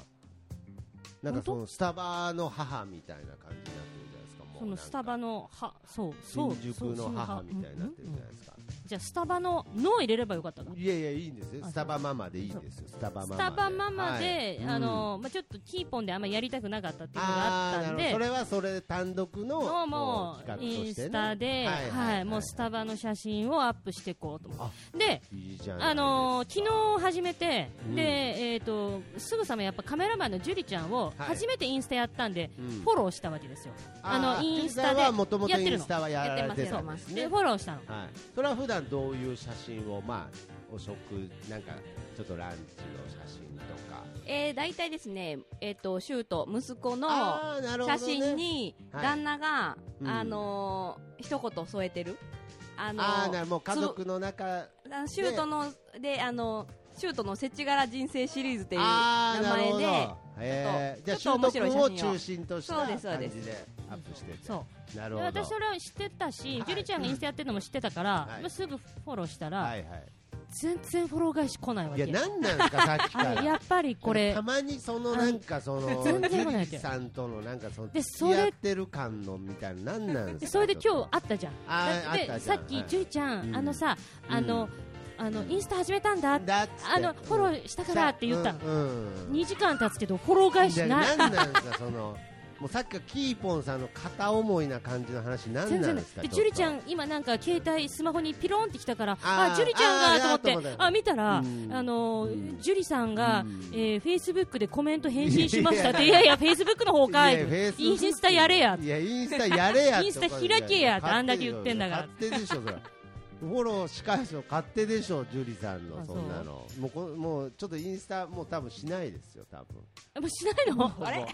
なんか
本当
そのスタバの母みたいな感じになってるじゃないですか。もう
そのスタバの、は、そう、そう。
新宿
そう
の母
そう
みたいになってるじ
うん
ゃ
うん
ないですか。
じゃあスタバの、のを入れればよかったか。
いやいや、いいんですよ。
あ
スタバママでいいんですよ。スタバママで。
スタバママで、
はい
あの、まあちょっとキーポンであんまりやりたくなかったっていうのが
あ
あっ
ーな
た
るほ
ん
ど
で
そ、れはそれ単独の
の
こ
も
う企画
う
としてね
インスタで、
はいはいはい
はい、もうスタバの写真をアップしていこうと思って。で、
いいじゃない
あのー
ですか
昨日始めて、
うん
で、えっ、と、すぐさまやっぱカメラマンのジュリちゃんを
はい
初めてインスタやったんで、
うん
フォローしたわけですよ。あの、
ー
インスタ
藤井
で
さんはもともと
やって
イ
る
ンス
の。
タはやられてたんです
で、
ね
フ。ォローしたの。
はい。それは普段どういう写真をまあお食なんかちょっとランチの写真とか。
えー、大体ですね、えっ、と、シュート、息子の
あーなるほどね
写真に、
はい
旦那が、
うん
あのー一言添えてる。あのー
ああなるもう家族の中。
あのシュートの、で、あの、シュートのせちがら人生シリーズっていう
あ
名
ーなる
前
ほど
で、
えーじゃあ
ちょっと
修斗君を中心とした
そう
感
で
じ
すそう
で
です
アップしてて。
そ
な
う。
る
で
ほど。
私それを知ってたし、
はい
ジュリちゃんがインスタやってるのも知ってたから、
はい
まあすぐフォローしたら、
はいは
全然フォロー返し来ないわ
い。い
け。
やなんなんですかさっきか
あ
ら。
やっぱりこれ
た、まにそのなんかその
全然
ジ
来
ュ
な
リ
いけ
ー
ど
さんとのなんかその
で
付
そ
き
れ
合ってる感のみたいななんなんです
で
か
それで
ちょ
今日
っ
会ったじゃん。
あー
だ
あった
で、
じゃ
さ
ん
っき、
はい
ジュリちゃん、
うん
あのさ、あの、あの、インスタ始めたんだっ
と
て、
だっつって
あの、フォローしたからって言ったの。
うんうん
2時間経つけど、フォロー返し
じゃあ
ない。
なんなんですかそのもうさっきからキーポンさんの片思いな感じの話なん
全
な
然
んで
ない
すか
でジュリちゃ
ん
ん、今なんか携帯、スマホにピロンってきたから、
あ
あ
ー
ジュリちゃん
あー
がと思
あー
っ、
と思ってた
あ見たら、
うん
あの
うん
ージュリさんが
うん、
えー、フェイスブックでコメント返信しましたって、いやいや、フェイスブックの方かい、インスタやれや、
いやインスタやれやって
インスタ開けやってあんだけ言ってんだから
勝手でしょそれフォローし返すの勝手でしょジュリさんの
あ
そ
そうん
なのもうこもうちょっとインスタもう多分しないですよ多分
もうしないの
あれ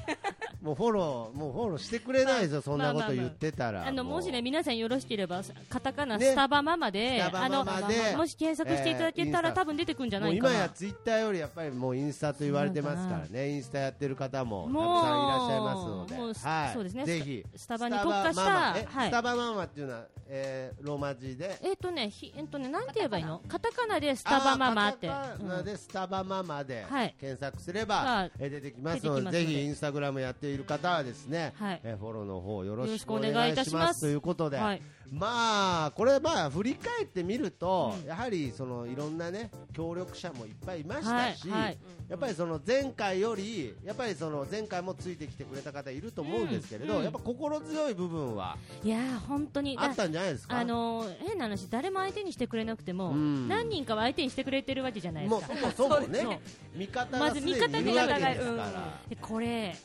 もうフォロー、もうフォローしてくれないですよ、そんなこと言ってたら。
あのもしね、
う
皆さんよろしければ、カタカナ、
ね
スタバママで、
スタバママで
あのもし検索していただけたら、
えー
多分出てくんじゃ
も
な
う
いか
今や
な。
ツイッターよりやっぱりもうインスタと言われてますから
そう
ね、インスタやってる方もたくさんい
も
ら
う
っしゃいますので、
もう
はい、
そうですね
ぜひ
スタバに特化し
ス
た
タバママえ
はい
スタバママっていうのは、えーローマ字で、
えっ、とね、ひえっ、とね、なんて言えばいいのカタカナでスタバママって。
あーカタカナ
うん
でスタバママで
はい
検索すれ
は
ば
い、
えー出てきますので
出てきますので
ぜひインスタグラムやっている方はですね、
はい
えーフォローの方よろ
よろ
し
し
く
く
お
お
願
願
い
い
い
い
た
た
し
し
ま
ますす
ということで、
はい
まあこれまあ振り返ってみると、
うん
やはりそのいろんなね協力者もいっぱいいましたし、
はいはい
やっぱりその前回よりやっぱりその前回もついてきてくれた方いると思うんですけれど、
うんうん
やっぱ心強い部分はい
やー、本当に。
あったんじゃないですか。
あのー変な話、誰も相手にしてくれなくても、
うん
何人かは相手にしてくれてるわけじゃないで
もう
すか。
そもそもね
そう
味方
ま
が
ず
すでにいるわけ
味
です
方
か
が
ら、
うん
でこれ、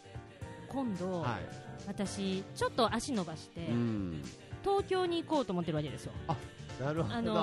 今度、
はい、
私、ちょっと足伸ばして、
うん、
東京に行こうと思ってるわけですよ。
なるほど、
あの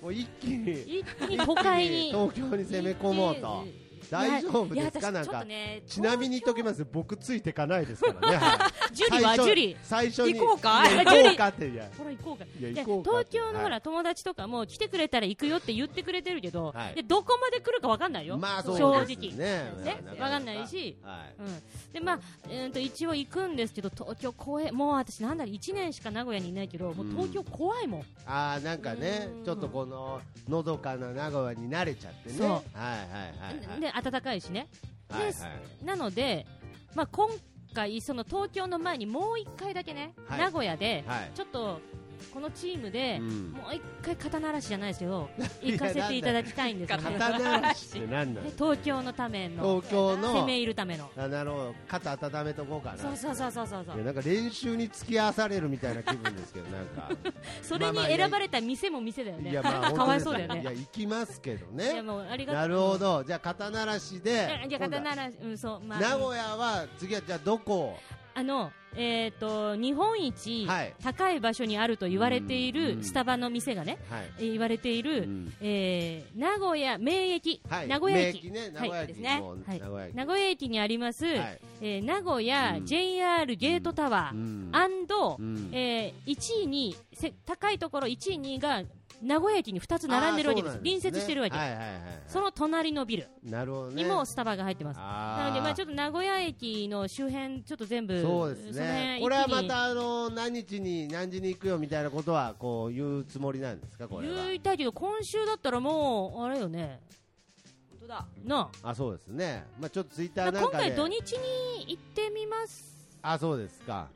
もう一気に
一気に都会に。
東京に攻め込もうと
いい
大丈夫です
いや
か
い
な
や私
ん
ちょっ
か
とね
ちなみに言っときます僕ついてかないですからね はい
ジュリ
最
は
初
ジュリ。
最初に
行こうか
いや
ジュリ
行こうかっていや
ほら行こうか。
いや
で
行こうかっ
東
て
京のほ
は
ら友達とかも来てくれたら行くよって言ってくれてるけど、
はい
でどこまで来るかわかんないよ。
まあそうです
正直。
ね
ね
まあ
わかんないし
はい
うん、でまあ、えー、と一応行くんですけど東京怖いもう私なんだろう1年しか名古屋にいないけどもう東京怖いもん、
ああなんかね
うん
ちょっとこののどかな名古屋に慣れちゃってね
そう
はいはいはいはい
で暖かいしね
はいはい
なので、まあ、今回その東京の前にもう一回だけね、
はい
名古屋で、
はい
ちょっとこのチームで、
うん
もう一回肩慣らしじゃないです けど行かせていただきたいんですよね
肩慣らしって何なの
で東京のための
東京の
攻め入るための
あなるほど肩温めとこうかな
そうそうそうそうそうそ
いや
う
なんか練習に付き合わされるみたいな気分ですけど、なんか、
それに選ばれた店も店だよね、
い や、まあ、
かわいそうだよ
本当
ね
ですいや、行きますけど
いや
ね、
もうありがとう
なるほど、じゃあ、肩慣らしで
いや、いや
今度
肩
は
ならうんそうまあ
名古屋は次はじゃあ、どこを
あの、えっ、と、日本一
はい
高い場所にあると言われてい
うん
るスタバの店がね、
はい
えー言われている、
うん
えー名古屋名駅、
はい
名古屋駅
名駅ね名古屋駅
ですね
もう
はい
名古屋駅
名古屋駅にあります、
はい
えー名古
う
屋
ん
JR ゲートタワー、
うん
アンド、
うん
えー1位にせ高いところ1位2位が名古屋駅に2つ並んでるわけです
あーそうなんね
隣接してるわけ、
はいはいはいはい
その隣のビル
なるほどね
にもスタバが入ってます、
あー
なので、まあ、ちょっと名古屋駅の周辺、ちょっと全部、
そうです
その辺
ね
一気に
これはまたあの何日に何時に行くよみたいなことはこう言うつもりなんですかこれは
言いたいけど、今週だったらもう、あれよね、
本当だ。
な
あそうですねまあちょっとツイッ
あ、
ター
だ
な
から
んか
今
で
回、土日に行ってみます。
あそうですか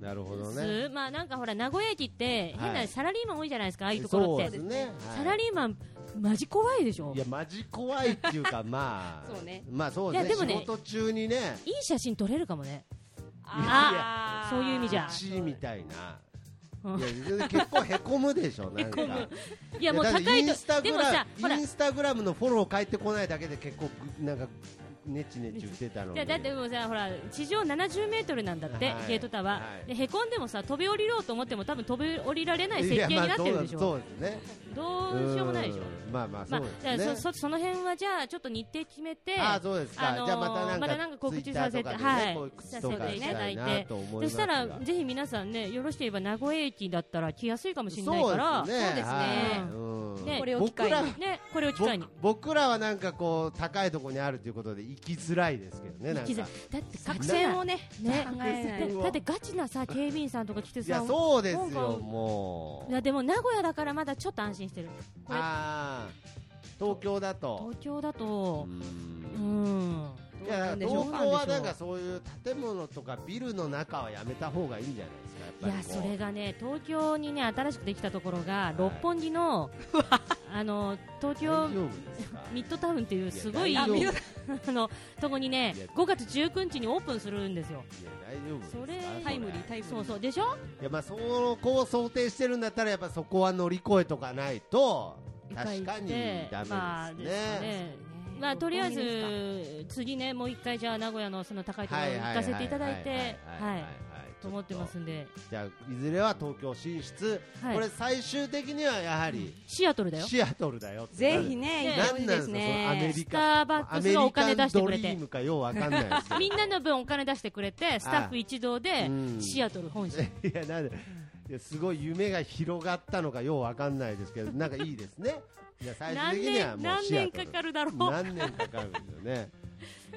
なるほどね
まあなんかほら名古屋駅って
は
変
い
なサラリーマン多いじゃないですか、ああいうところ
そう
って、
ですねはい
サラリーマンマジ怖いでしょ
いやマジ怖いっていうかま あ
そうね
まあそうですね
いやでもね
仕事中にね
いい写真撮れるかもね
あー
そういう意味じゃ
地位みたいな
うん
いや結構へこむでしょなんか
いやもう
だ
高
ってイ
い
ンスタ
とで
グ
も
ラ
さほら
ムインスタグラムのフォロー返ってこないだけで結構ぐなんかネチネチ言ってたの
い
に
やだってもうさほら地上70メートルなんだって、
はい
ゲートタワー、
はい
でへこんでもさ飛び降りようと思っても多分飛び降りられない設計に
や
なってるでし
まあ
ょ、
そうそうですね
どうしようもないでしょ
うんまあまあそ
まあ
う
じ
です
ゃ
ね
あそそその辺はじゃあちょっと日程決めて
あそうですか、
あのー
じゃあまたなんか
またなんか告知させて
Twitter とかでね
はい
こう告知とかしたいなと思い
そ
ま
し
すが
たらぜひ皆さんねよろしければ名古屋駅だったら来やすいかもしれないか
そ
ら
うですね
そうですね
はいうん
ね
これを機
僕
会に
ら
ねこれを機会に
僕僕らはなんかこう高いところにあるということで行きづらいですけどねなん
行
か
きづらいだって
作戦を
ね
ね、
ね
考えない
だだってガチなさ警備員さんとか来て
い
さ
やそうです
なんか
よも
いうやでも名古屋だからまだちょっと安心してるこれ
ああ東京だと
東京だとう
い
ん
どうな
や
んでしょう
東
か
京はなんかそういう建物とかビルの中はやめた方がいいんじゃ
い
ない
や
ですかやっぱりこう
それがね東京にね新しくできたところ
い
が六本木のあの東京
大丈夫ですか
ミッドタウンっていうすごい
いや
あ
あ、
大
見
丈
る
夫
のとこにね
いや
5月19日にオープンするんですよ
いや大丈夫ですか
それ
れ
タ
タイムリー、タイムリー。
そうそうでしょ
いやまあそのこを想定してるんだったらやっぱそこは乗り越えとかないと確かに
ま
ダ
あ
メ
で
ですすね。
かねまあとりあえ
六本木ですか
ず次ねもう一回じゃあ名古屋のその高いところ
はい
に
は
行
い
かせていただい
はは
て
は
はいいと思ってま。
ち
す
ょ
んで
とじゃあいずれは東京進出。
はい
これ最終的にはやはり
シアトルだよ
シアトルだよってな
ぜ
る。
ひね、
ね
行っ
な
てほ
ん
しい
なんで
で
すすかそのアメリ
ね。
スターバッ
カ
クスがお金出してくれ
アメリカンドリ
て
ームかようわかんないですよ
みんなの分お金出してくれてスタッフ一同で
うん
シアトル本社
いやなんでいやすごい夢が広がったのかようわかんないですけどなんかいいですね。いや最終
何
的には
年
もう
何
シア
年
ト
か
ル。
かるだろう
何年かかるんですよね。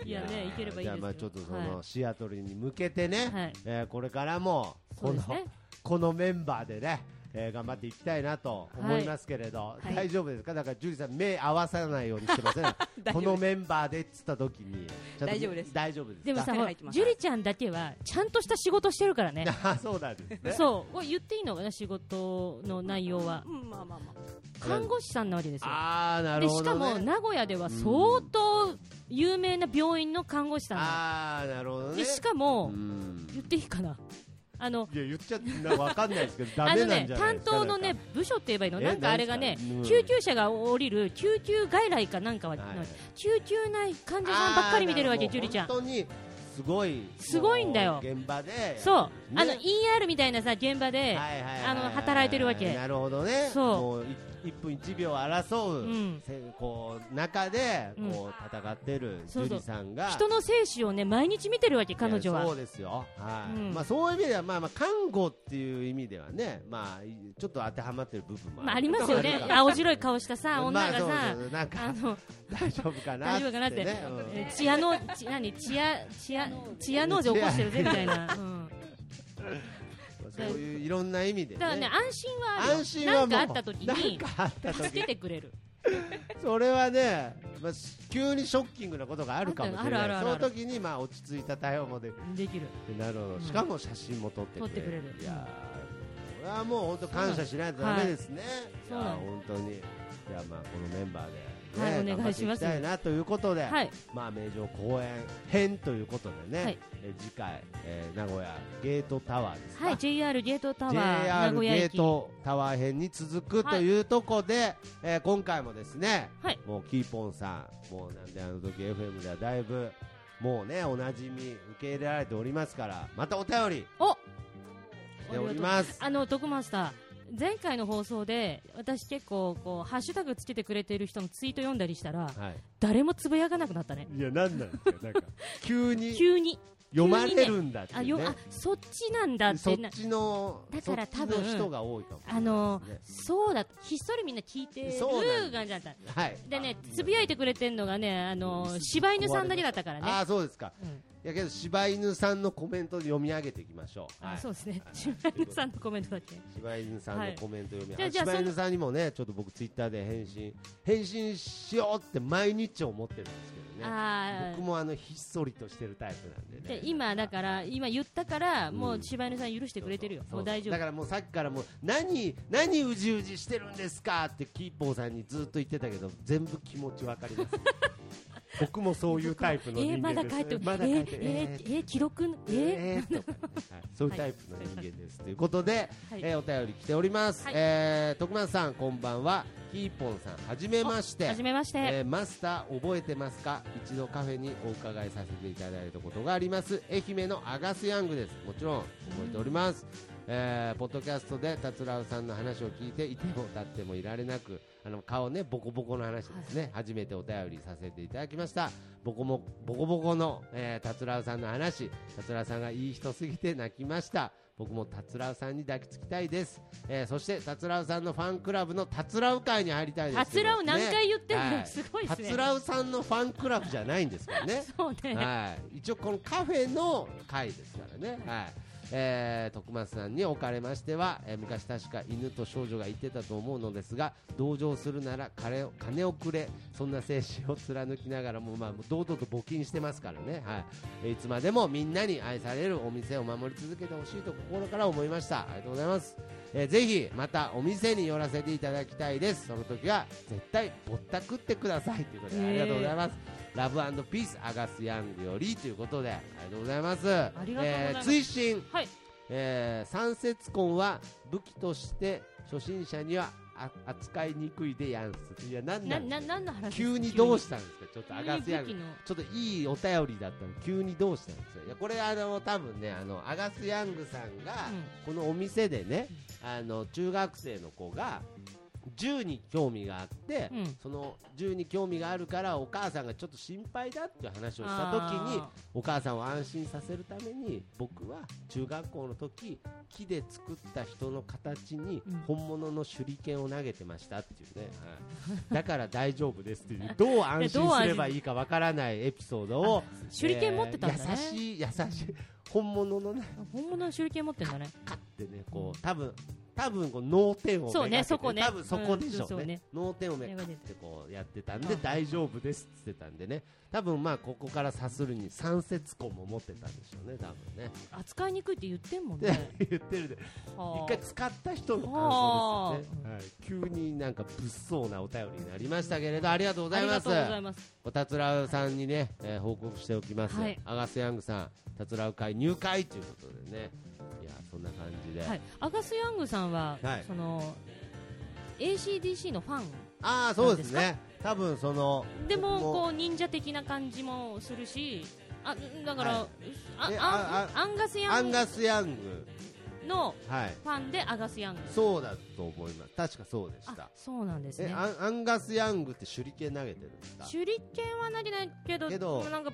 いやね行ければいいですけど
じゃあまあちょっとその、
は
シアトルに向けてね、
はい
えーこれからも
そ
こ
う
の
ですね
このメンバーでね、えー頑張っていきたいなと思いますけれど、
はい
大丈夫ですかだからジュリーさん目合わさないようにしてません
大丈
こ
夫
のメンバーでっつった時にちゃんと
大丈夫です
大丈夫ですか
でもさ
手
ほ
が
ら
入ってます
ジュリちゃんだけはちゃんとした仕事してるからね
あそうなんです ね
そうこれ言っていいのかな仕事の内容は
うん、まあまあまあ。
看護師さんなわけですよ
ああなる
で
ほ
しか
ど、ね、
も名古屋では相当有名な病院の看護師さんな
ああなるほど
の
ね
でしかも
うん
言っていいかなあの
いや言っちゃってわかんないですけどダ
あ
メな
の
ん
ね
じゃない
担
ですか
当のね
なんか
部署って言えばいいの
え
なんかあれが
なん
ね
ですかうん
救急車が降りる救急外来かなんか
は
は
いはい
救急内患者さんばっかり見てるわけ
あー
ジュリちゃん
もう本当にすごい
すごいんだよ
もう現場で
そう
ね
あの ER みたいなさ現場で
はいはいはいはい
あの働いてるわけ
なるほどね
そう
もう1分1秒争う、
うん
せこう中で
うん
こう戦ってるジ
そうそう
ュリさんが
人の生死をね毎日見てるわけ彼
い
女
やそ
は
うですよ、はい
うん
まあ、そういう意味では、まあ、まあ看護っていう意味ではね、まあ、いちょっと当てはまってる部分も
まああります よね
あるから
青白い顔したさ女が
まあ
さ
そうそうなん
あ
か
の
大丈夫かな
大丈夫かなって
ねうん
えチアノチ何チアチアチアノーゼ起こしてるぜみたいな、うん
まあそういういろんな意味で、
だからね
ね、
安心はあるよ
安心はもう
なんかあった時に
なんかあった
助
時
けてくれる
それはね、まあ、し急にショッキングなことがあるかもしれない
あるあるあるある
その時にまあ落ち着いた対応もできる
できる
なるほど、
うん
しかも写真も撮ってくれる
撮ってくれる
いやーこれはもう本当感謝しないとダメですね、
そう
いや
な
ー
んです
本当にじゃあまあこのメンバーで、
はい
ね
お願いし
頑張ってい
ます
きたいなということで、
はい
まあ名城公園編ということでね、
はい
え次回、えー名古屋ゲートタワーですか、
はい JR ゲートタワー名
JR
古
ゲ
屋
ー
駅
トタワー編に続くというとこで、えー今回もですね、
はい
もうキーポンさんもうなんであの時 FM ではだいぶもうね、おなじみ受け入れられておりますから、またお便り
お
しております。
あの、徳マスター、前回の放送で、私結構、こう、ハッシュタグつけてくれてる人のツイート読んだりしたら、
は
誰もつぶやかなくなったね。
い。いや、なんなんですか、なんか、 急に
急に。
読まれるんだって
あ、
いう
よ、
ね
あ。、そっちなんだっ
そ
て
っ
な。
ちの、
だから多分
そっちの人が多いかもしれないですね。
あのー、そうだ、ひっそりみんな聞いてる
そうなん
感じだった。
はい。
でね、つぶやいてくれてんのがね、あのー、柴犬さんだけだったからね。
ああ、そうですか。
うん
いやけど、柴犬さんのコメントで読み上げていきましょう。は
あ
い
そうですね。柴犬さんのコメントだっけ。
柴犬さんのコメント読み、
はい
あ
じゃあじゃあ
柴犬さんにもねちょっと僕ツイッターで返信返信しようって毎日思ってるんですけどね
あ
僕もあのひっそりとしてるタイプなん
あ。
でね
で、今だから、今言ったから、もう柴犬さん許して
て
くれてるよ。もう大丈
だ
夫
か。らもうさっきからもう何何うじうじしてるんですかってキーポーさんにずっと言ってたけど全部気持ちわかり ます僕もそういうタイプの
えー
人
ま
間で
だ
す、
帰って、え
まだ帰って
ー、えー、えー、記録、え
えーとかねはいそういうタイプの人間です、ということで、
はい
えーお便り来ております、
はい
えー徳松さんこんばんはキーポンさんはじめまし
ー、
て
はじめまして。
えーマスター覚えてますか一度カフェにお伺いさせていただいたことがあります愛媛のアガス・ヤングですもちろん覚えております、えーポッドキャストで達郎さんの話を聞いていても立ってもいられなくあの顔ねボコボコの話ですね、初めてお便りさせていただきましたボコもボコボコの、えー、達郎さんの話達郎さんがいい人すぎて泣きました僕も達郎さんに抱きつきたいです、えーそして達郎さんのファンクラブの達郎会に入りたいです
はつらを何回言っても
は
の
い
すごいですね。。
桂尾さんのファンクラブじゃないんですからね
そうね。
はい、一応このカフェの会ですからね。はい。えー、徳松さんにおかれましては、えー昔確か犬と少女が言ってたと思うのですが同情するなら金を金をくれそんな精神を貫きながらも、まあ、堂々と募金してますからね、はいえーいつまでもみんなに愛されるお店を守り続けてほしいと心から思いましたありがとうございますえーぜひまたお店に寄らせていただきたいですその時は絶対ぼったくってくださいということで、
へー
ありがとうございますラブピースアガスヤングよりということでありがとうございますあ
りがとうございます
追伸、
はい。
えー三節婚は武器として初心者にはあ扱いにくいでやんすいやなんな
な、
ん
な、なんの話ですか
急にどうしたんですかちょっ
急
とア
に
ガスヤング
急に武器の
ちょっといいお便りだったの急にどうしたんですよいやこれあの多分ねあのアガス・ヤングさんが、このお店でね、あの中学生の子が銃に興味があって、
うん
その銃に興味があるからお母さんがちょっと心配だっていう話をした時に
あ
お母さんを安心させるために僕は中学校の時木で作った人の形に
うん
本物の手裏剣を投げてましたっていうね、はいだから大丈夫ですっていうどう安心すればいいかわからないエピソード を
ー手裏剣持ってたんだね
え。ー優しい優しい本物のね
本物の手裏剣持ってんだね。
カッてねこう多分多分こう脳天をめがけて
そうねそこね
多分そこでしょ
うんそうう
ね
ね
脳天をめがけてこうやってたんで大丈夫ですって言ってたんでね多分まあここから察するに三節根も持ってたんでしょうね多分ね
扱いにくいって言ってんもんね。
って言ってるで
は
一
あ
回使った人の感想ですよね、
は
はい、急になんか物騒なお便りになりましたけれどありがとうござ
あ
い
り
ま
が
す
とうございます。
おたつらうさんにね、えー報告しておきます、
はい
アガスヤングさんたつらう会入会ということでねいやそんな感じで、
はい、アガス・ヤングさんは、
はい
その ACDC のファン
ああそうですね多分その
でも
僕
こう忍者的な感じもするしあだから、
は
あ
え
あアンガス・ヤ
ア
ン
ン
グ
ガス・ヤング
の
はい
ファンでアガス・ヤング
そうだと思います確かそうでし
あ
た
そうなんです
え
ね
アンアンガス・ヤングって手裏剣投げてるんですか
手裏剣は投げないけど
けど
でもなんか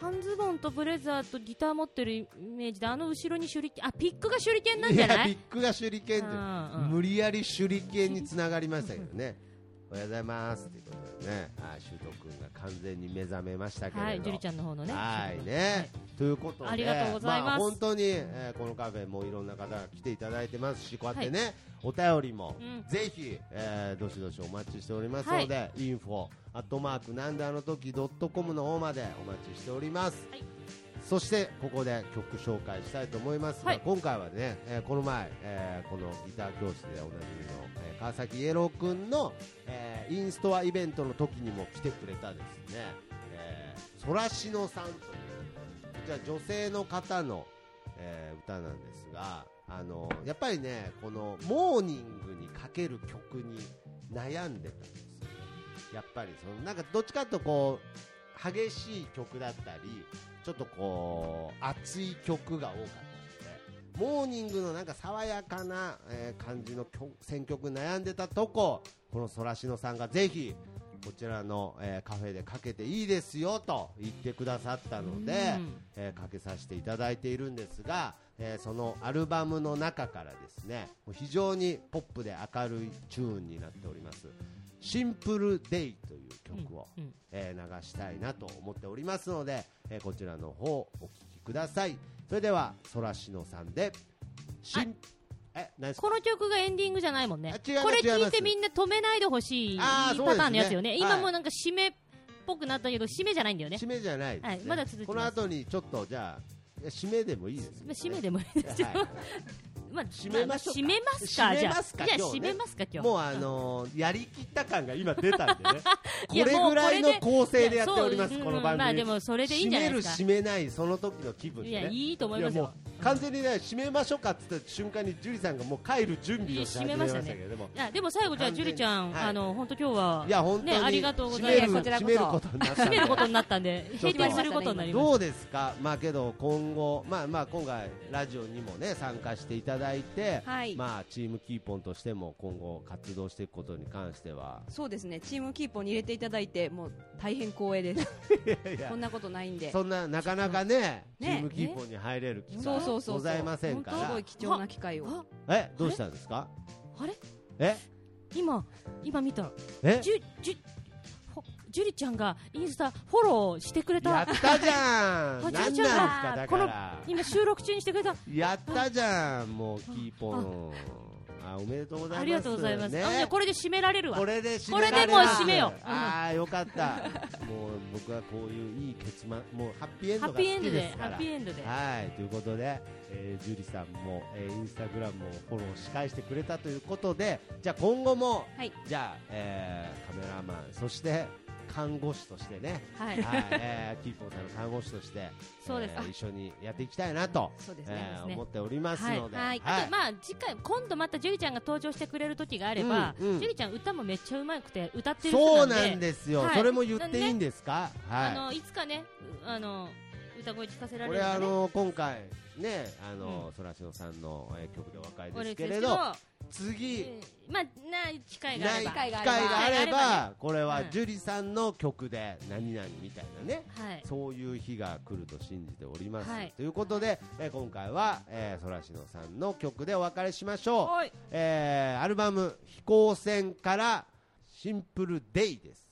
半ズボンとブレザーとギター持ってるイメージであの後ろに手裏剣あピックが手裏剣なんじゃない
やビッグが手裏剣って
うんうん
無理やり手裏剣につながりましたけどねおはようございますっていうことでねあーシュウト君が完全に目覚めましたけれど
はいジュリちゃんの方のね
はいね、ということで
ありがとうございます
あ、本当に、えーこのカフェもいろんな方が来ていただいてますしこうやってね、お便りも、
うん
ぜひ、えーどしどしお待ちしておりますので、インフォアットマークなんであの時ドットコムの方までお待ちしております、
はい
そしてここで曲紹介したいと思いますが、
はい
今回はね、えーこの前、えーこのギター教室でおなじみの、えー川崎イエロー君の、えーインストアイベントの時にも来てくれたですね、えー、ソラシノさんというこちら女性の方の、えー歌なんですがあのやっぱりねこのモーニングにかける曲に悩んでたんですよやっぱりそのなんかどっちかというとこう激しい曲だったりちょっとこう熱い曲が多かったのでモーニングのなんか爽やかな、えー感じの曲選曲悩んでたとここのそらしのさんがぜひこちらの、えーカフェでかけていいですよと言ってくださったので、
うん
えーかけさせていただいているんですが、えーそのアルバムの中からですねもう非常にポップで明るいチューンになっております「シンプルデイという曲を、
うんうん
えー流したいなと思っておりますので、えーこちらの方お聴きくださいそれではそらしのさんで「しん」え何ですか
この曲がエンディングじゃないもんね
あ違います
これ
違いま
聞い
す
てみんな止めないでほしい
あ
パ
ー
タ
そうですね
ーンのやつよね
はい
今もうなんか締めっぽくなったけど締めじゃないんだよね
締めじゃないです、ね
はいまだ続きます
この後にちょっとじゃあいや締めでもいいです、
まあ締めでもいいですよ、
はい
まあ、
締めましょうか
締めますか
締
じ
め
ゃ
ま
あ
すか
じゃあ
今日
締
ね
めますか今日
もうあのーやりきった感が今出たんでねこ
いや
れぐらいの
もうこれで
構成でやっておりま
い
す
やそう
この番
うんまあ
組
でもそれでいいんじゃないですか
締める締めないその時の気分で
いや
ね
いいと思います
いやも
よ
う完全にね締めましょうかっつった瞬間に樹里さんがもう帰る準備をし始めましたけれども、
いやでも最後じゃあ
完全
ジュ
に
リちゃん、
はい
あの本当今日は
や本当に
ねありがとうご
締
ざい
め
ます
る
こちら
締
こそ
めることになったん
締
で
めることになったんで
ちょっ
閉
と
店することになりまし
どうですかまあけど今後まあまあ今回ラジオにもね参加していただいて、
はい
まあチームキーポンとしても今後活動していくことに関しては
そうですねチームキーポンに入れていただいてもう大変光栄ですこんなことないんで
そんななかなかね、チ
ね
ームキーポンに入れる機
そう
会
そうそう
ございませんか
すご
ら
い。貴重な機会を
あ
え、どうしたんですか？
あれ
え、
今今見た
え、
ジュジュほジュリちゃんがインスタフォローしてくれ
や
た
ったじゃん。な
あ
ん
ちょ
なんです
ちょ
か
あ
だ
こ
か
の
ら。
今収録中にしてく れた
やったじゃん、もうキーポン。あ、おめでとうございます。
ありがとうございます、
ね
あじゃあこれで締められるわ
これで締
こ
め
れ
ら
で
れ
もう
ます
締めよう
ああ、よかった。もう僕はこういういい結末、もうハッピーエン
ハ
ド
ッ
が
ピーエ
好
ン
き
ド
で
ですハ
から
ッピ。ーエンドで
はい、ということで、えー、ジュリさんも、えーインスタグラムをフォローし返してくれたということで、じゃあ今後も、
はい
じゃあ、えーカメラマン、そして看護師としてね、
はい
はい、えー、キーポンさんの看護師として、
そうです
えー一緒にやっていきたいなと、
そうですね
えー
ね
思っておりますので、
はい
あとまあ次回今度またジュリちゃんが登場してくれる時があれば、
うんうん
ジュリちゃん歌もめっちゃうまくて歌ってる
そう
人
な
なん
ん
で
ですよ、
はい
それも言っていいんですか、
あ
は
のいつかねうあの歌声聞かせ
い、
ら
こ
れる
れあ
のがね
の今回ね、あの、そらしのさんの、えー曲でお別れですけれ
終
ど、
わり
次、
ですけどまあない機会があ
ない
れ
機
ば
会が
会が
あ
あ
れ
れば
ばこれは
うん
樹里さんの曲で何々みたいなね、
はい
そういう日が来ると信じております、
はい
ということで、えー今回は、えー、そらしのさんの曲でお別れしましょう、
はい
えーアルバム「飛行船」から「シンプルデイです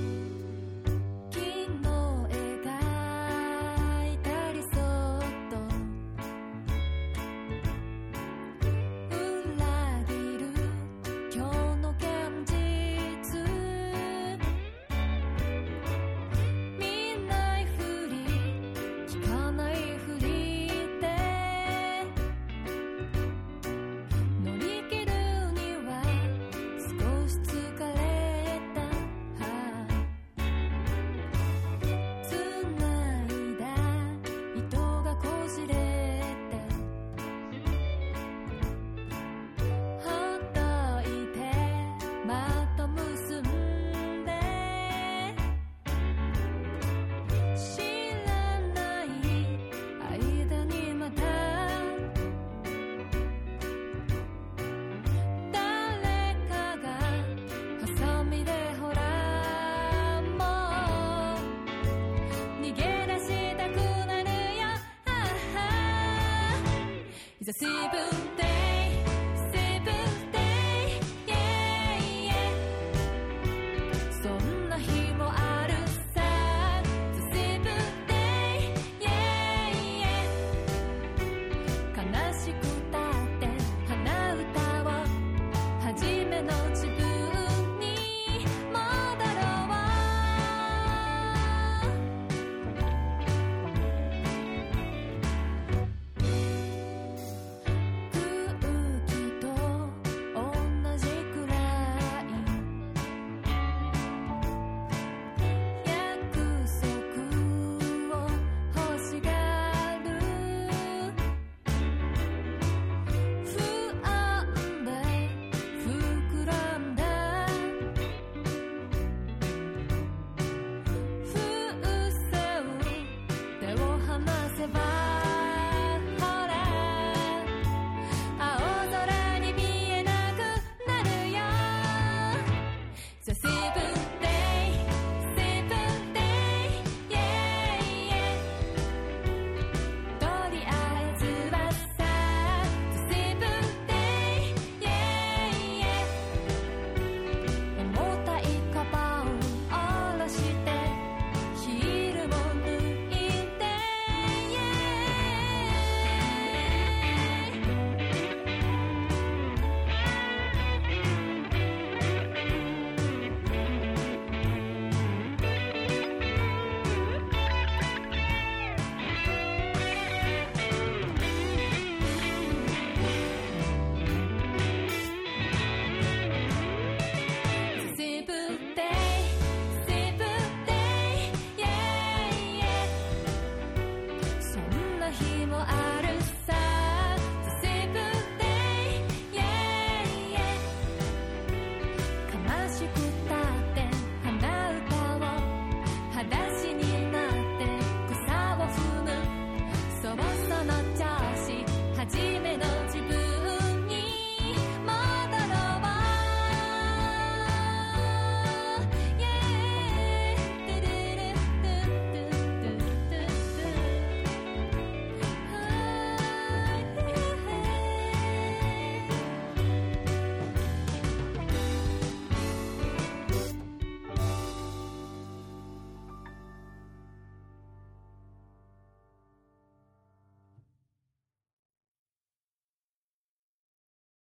「金を描いたりそっと」「裏切る今日の現実」「見ないふり聞かないふりで」「乗り切るには少し疲れた」「つないだ糸がこじれて」「ほっといてまた結んで」「知らない間にまた」「誰かがハサミでほらもう」逃げ出したくなるよああいざ自分